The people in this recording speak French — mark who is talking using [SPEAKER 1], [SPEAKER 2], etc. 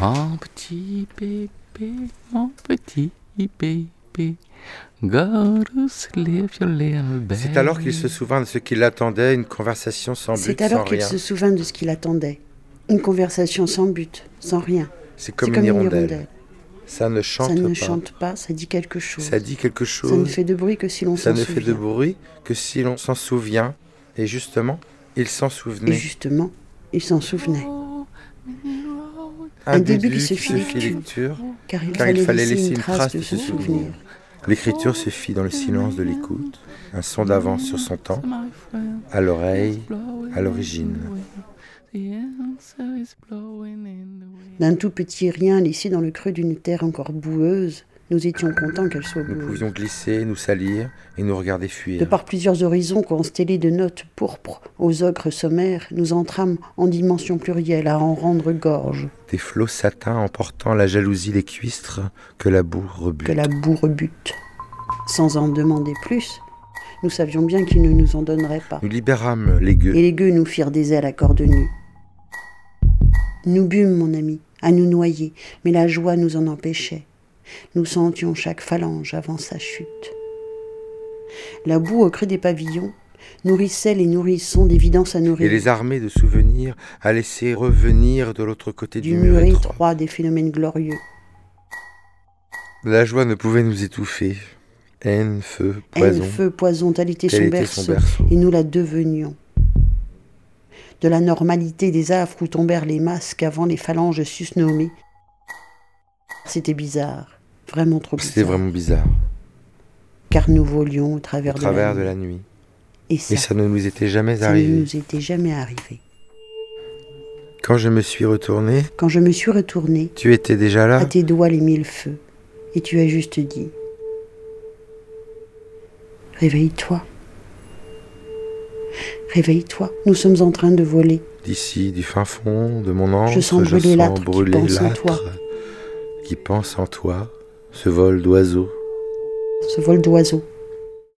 [SPEAKER 1] Mon petit bébé, mon petit bébé, go to sleep your little bed.
[SPEAKER 2] C'est alors qu'il se souvint de ce qu'il attendait, une conversation sans but,
[SPEAKER 3] C'est
[SPEAKER 2] sans
[SPEAKER 3] alors qu'il
[SPEAKER 2] rien.
[SPEAKER 3] se souvint de ce qu'il attendait. Une conversation sans but, sans rien.
[SPEAKER 2] C'est
[SPEAKER 3] C'est
[SPEAKER 2] comme, une hirondelle. Ça ne chante
[SPEAKER 3] ça ne
[SPEAKER 2] pas.
[SPEAKER 3] chante pas, ça dit quelque chose.
[SPEAKER 2] Ça dit quelque
[SPEAKER 3] Ça ne
[SPEAKER 2] chose.
[SPEAKER 3] fait de bruit que si l'on
[SPEAKER 2] Ça
[SPEAKER 3] s'en
[SPEAKER 2] ne
[SPEAKER 3] souvient.
[SPEAKER 2] fait de bruit que si l'on s'en souvient. Et justement, il s'en
[SPEAKER 3] Et
[SPEAKER 2] souvenait.
[SPEAKER 3] justement, il s'en souvenait,
[SPEAKER 1] Oh, mini road.
[SPEAKER 3] un début qui se fit
[SPEAKER 2] lecture,
[SPEAKER 3] car il,
[SPEAKER 2] car
[SPEAKER 3] fallait,
[SPEAKER 2] il fallait
[SPEAKER 3] laisser une trace de
[SPEAKER 2] ce
[SPEAKER 3] ce
[SPEAKER 2] souvenir.
[SPEAKER 3] souvenir.
[SPEAKER 2] L'écriture se fit dans le silence de l'écoute, un son d'avance sur son temps,
[SPEAKER 1] My friend
[SPEAKER 2] à
[SPEAKER 1] is
[SPEAKER 2] l'oreille,
[SPEAKER 1] blowing
[SPEAKER 2] à l'origine.
[SPEAKER 1] in the wind. The answer is blowing in the wind.
[SPEAKER 3] D'un tout petit rien laissé dans le creux d'une terre encore boueuse, nous étions contents qu'elle soit
[SPEAKER 2] nous
[SPEAKER 3] boueuse.
[SPEAKER 2] pouvions glisser, nous salir et nous regarder
[SPEAKER 3] De
[SPEAKER 2] fuir.
[SPEAKER 3] par plusieurs horizons constellés de notes pourpres aux ocres sommaires, nous entrâmes en dimension plurielle à en rendre gorge,
[SPEAKER 2] Des flots satins emportant la jalousie des cuistres que la boue
[SPEAKER 3] que
[SPEAKER 2] rebute.
[SPEAKER 3] la boue rebute. Sans en demander plus, nous savions bien qu'il ne nous en donnerait pas.
[SPEAKER 2] Nous libérâmes les gueux.
[SPEAKER 3] et les gueux nous firent des ailes à cordes nues. Nous bûmes, mon ami, à nous noyer, mais la joie nous en empêchait. Nous sentions chaque phalange avant sa chute. La boue au creux des pavillons nourrissait les nourrissons d'évidence à
[SPEAKER 2] Et
[SPEAKER 3] nourrir.
[SPEAKER 2] les armées de souvenirs à laisser revenir de l'autre côté du,
[SPEAKER 3] du
[SPEAKER 2] mur
[SPEAKER 3] mur
[SPEAKER 2] étroit.
[SPEAKER 3] étroit des phénomènes glorieux.
[SPEAKER 2] La joie ne pouvait nous étouffer. Haine, feu, poison.
[SPEAKER 3] Haine, feu, poison, tel était
[SPEAKER 2] tel
[SPEAKER 3] son
[SPEAKER 2] était
[SPEAKER 3] berceau,
[SPEAKER 2] son berceau.
[SPEAKER 3] et nous la devenions. De la normalité des affres où tombèrent les masques avant les phalanges susnommées. C'était bizarre, vraiment trop bizarre.
[SPEAKER 2] C'était vraiment bizarre.
[SPEAKER 3] Car nous volions au
[SPEAKER 2] Au
[SPEAKER 3] travers,
[SPEAKER 2] travers
[SPEAKER 3] de,
[SPEAKER 2] de
[SPEAKER 3] la...
[SPEAKER 2] la nuit.
[SPEAKER 3] Et ça,
[SPEAKER 2] Et ça ne nous était jamais
[SPEAKER 3] ça ne
[SPEAKER 2] arrivé.
[SPEAKER 3] nous était jamais arrivé.
[SPEAKER 2] Quand je me suis retourné,
[SPEAKER 3] Quand je me suis retournée,
[SPEAKER 2] tu étais déjà là.
[SPEAKER 3] à tes doigts les mille feux, et tu as juste dit Réveille-toi. Réveille-toi, nous sommes en train de voler.
[SPEAKER 2] D'ici, du fin fond, de mon antre,
[SPEAKER 3] Je sens brûler l'âtre qui
[SPEAKER 2] brûler
[SPEAKER 3] pense en
[SPEAKER 2] l'âtre
[SPEAKER 3] toi.
[SPEAKER 2] qui pense en toi, ce vol d'oiseaux.
[SPEAKER 3] Ce vol d'oiseau,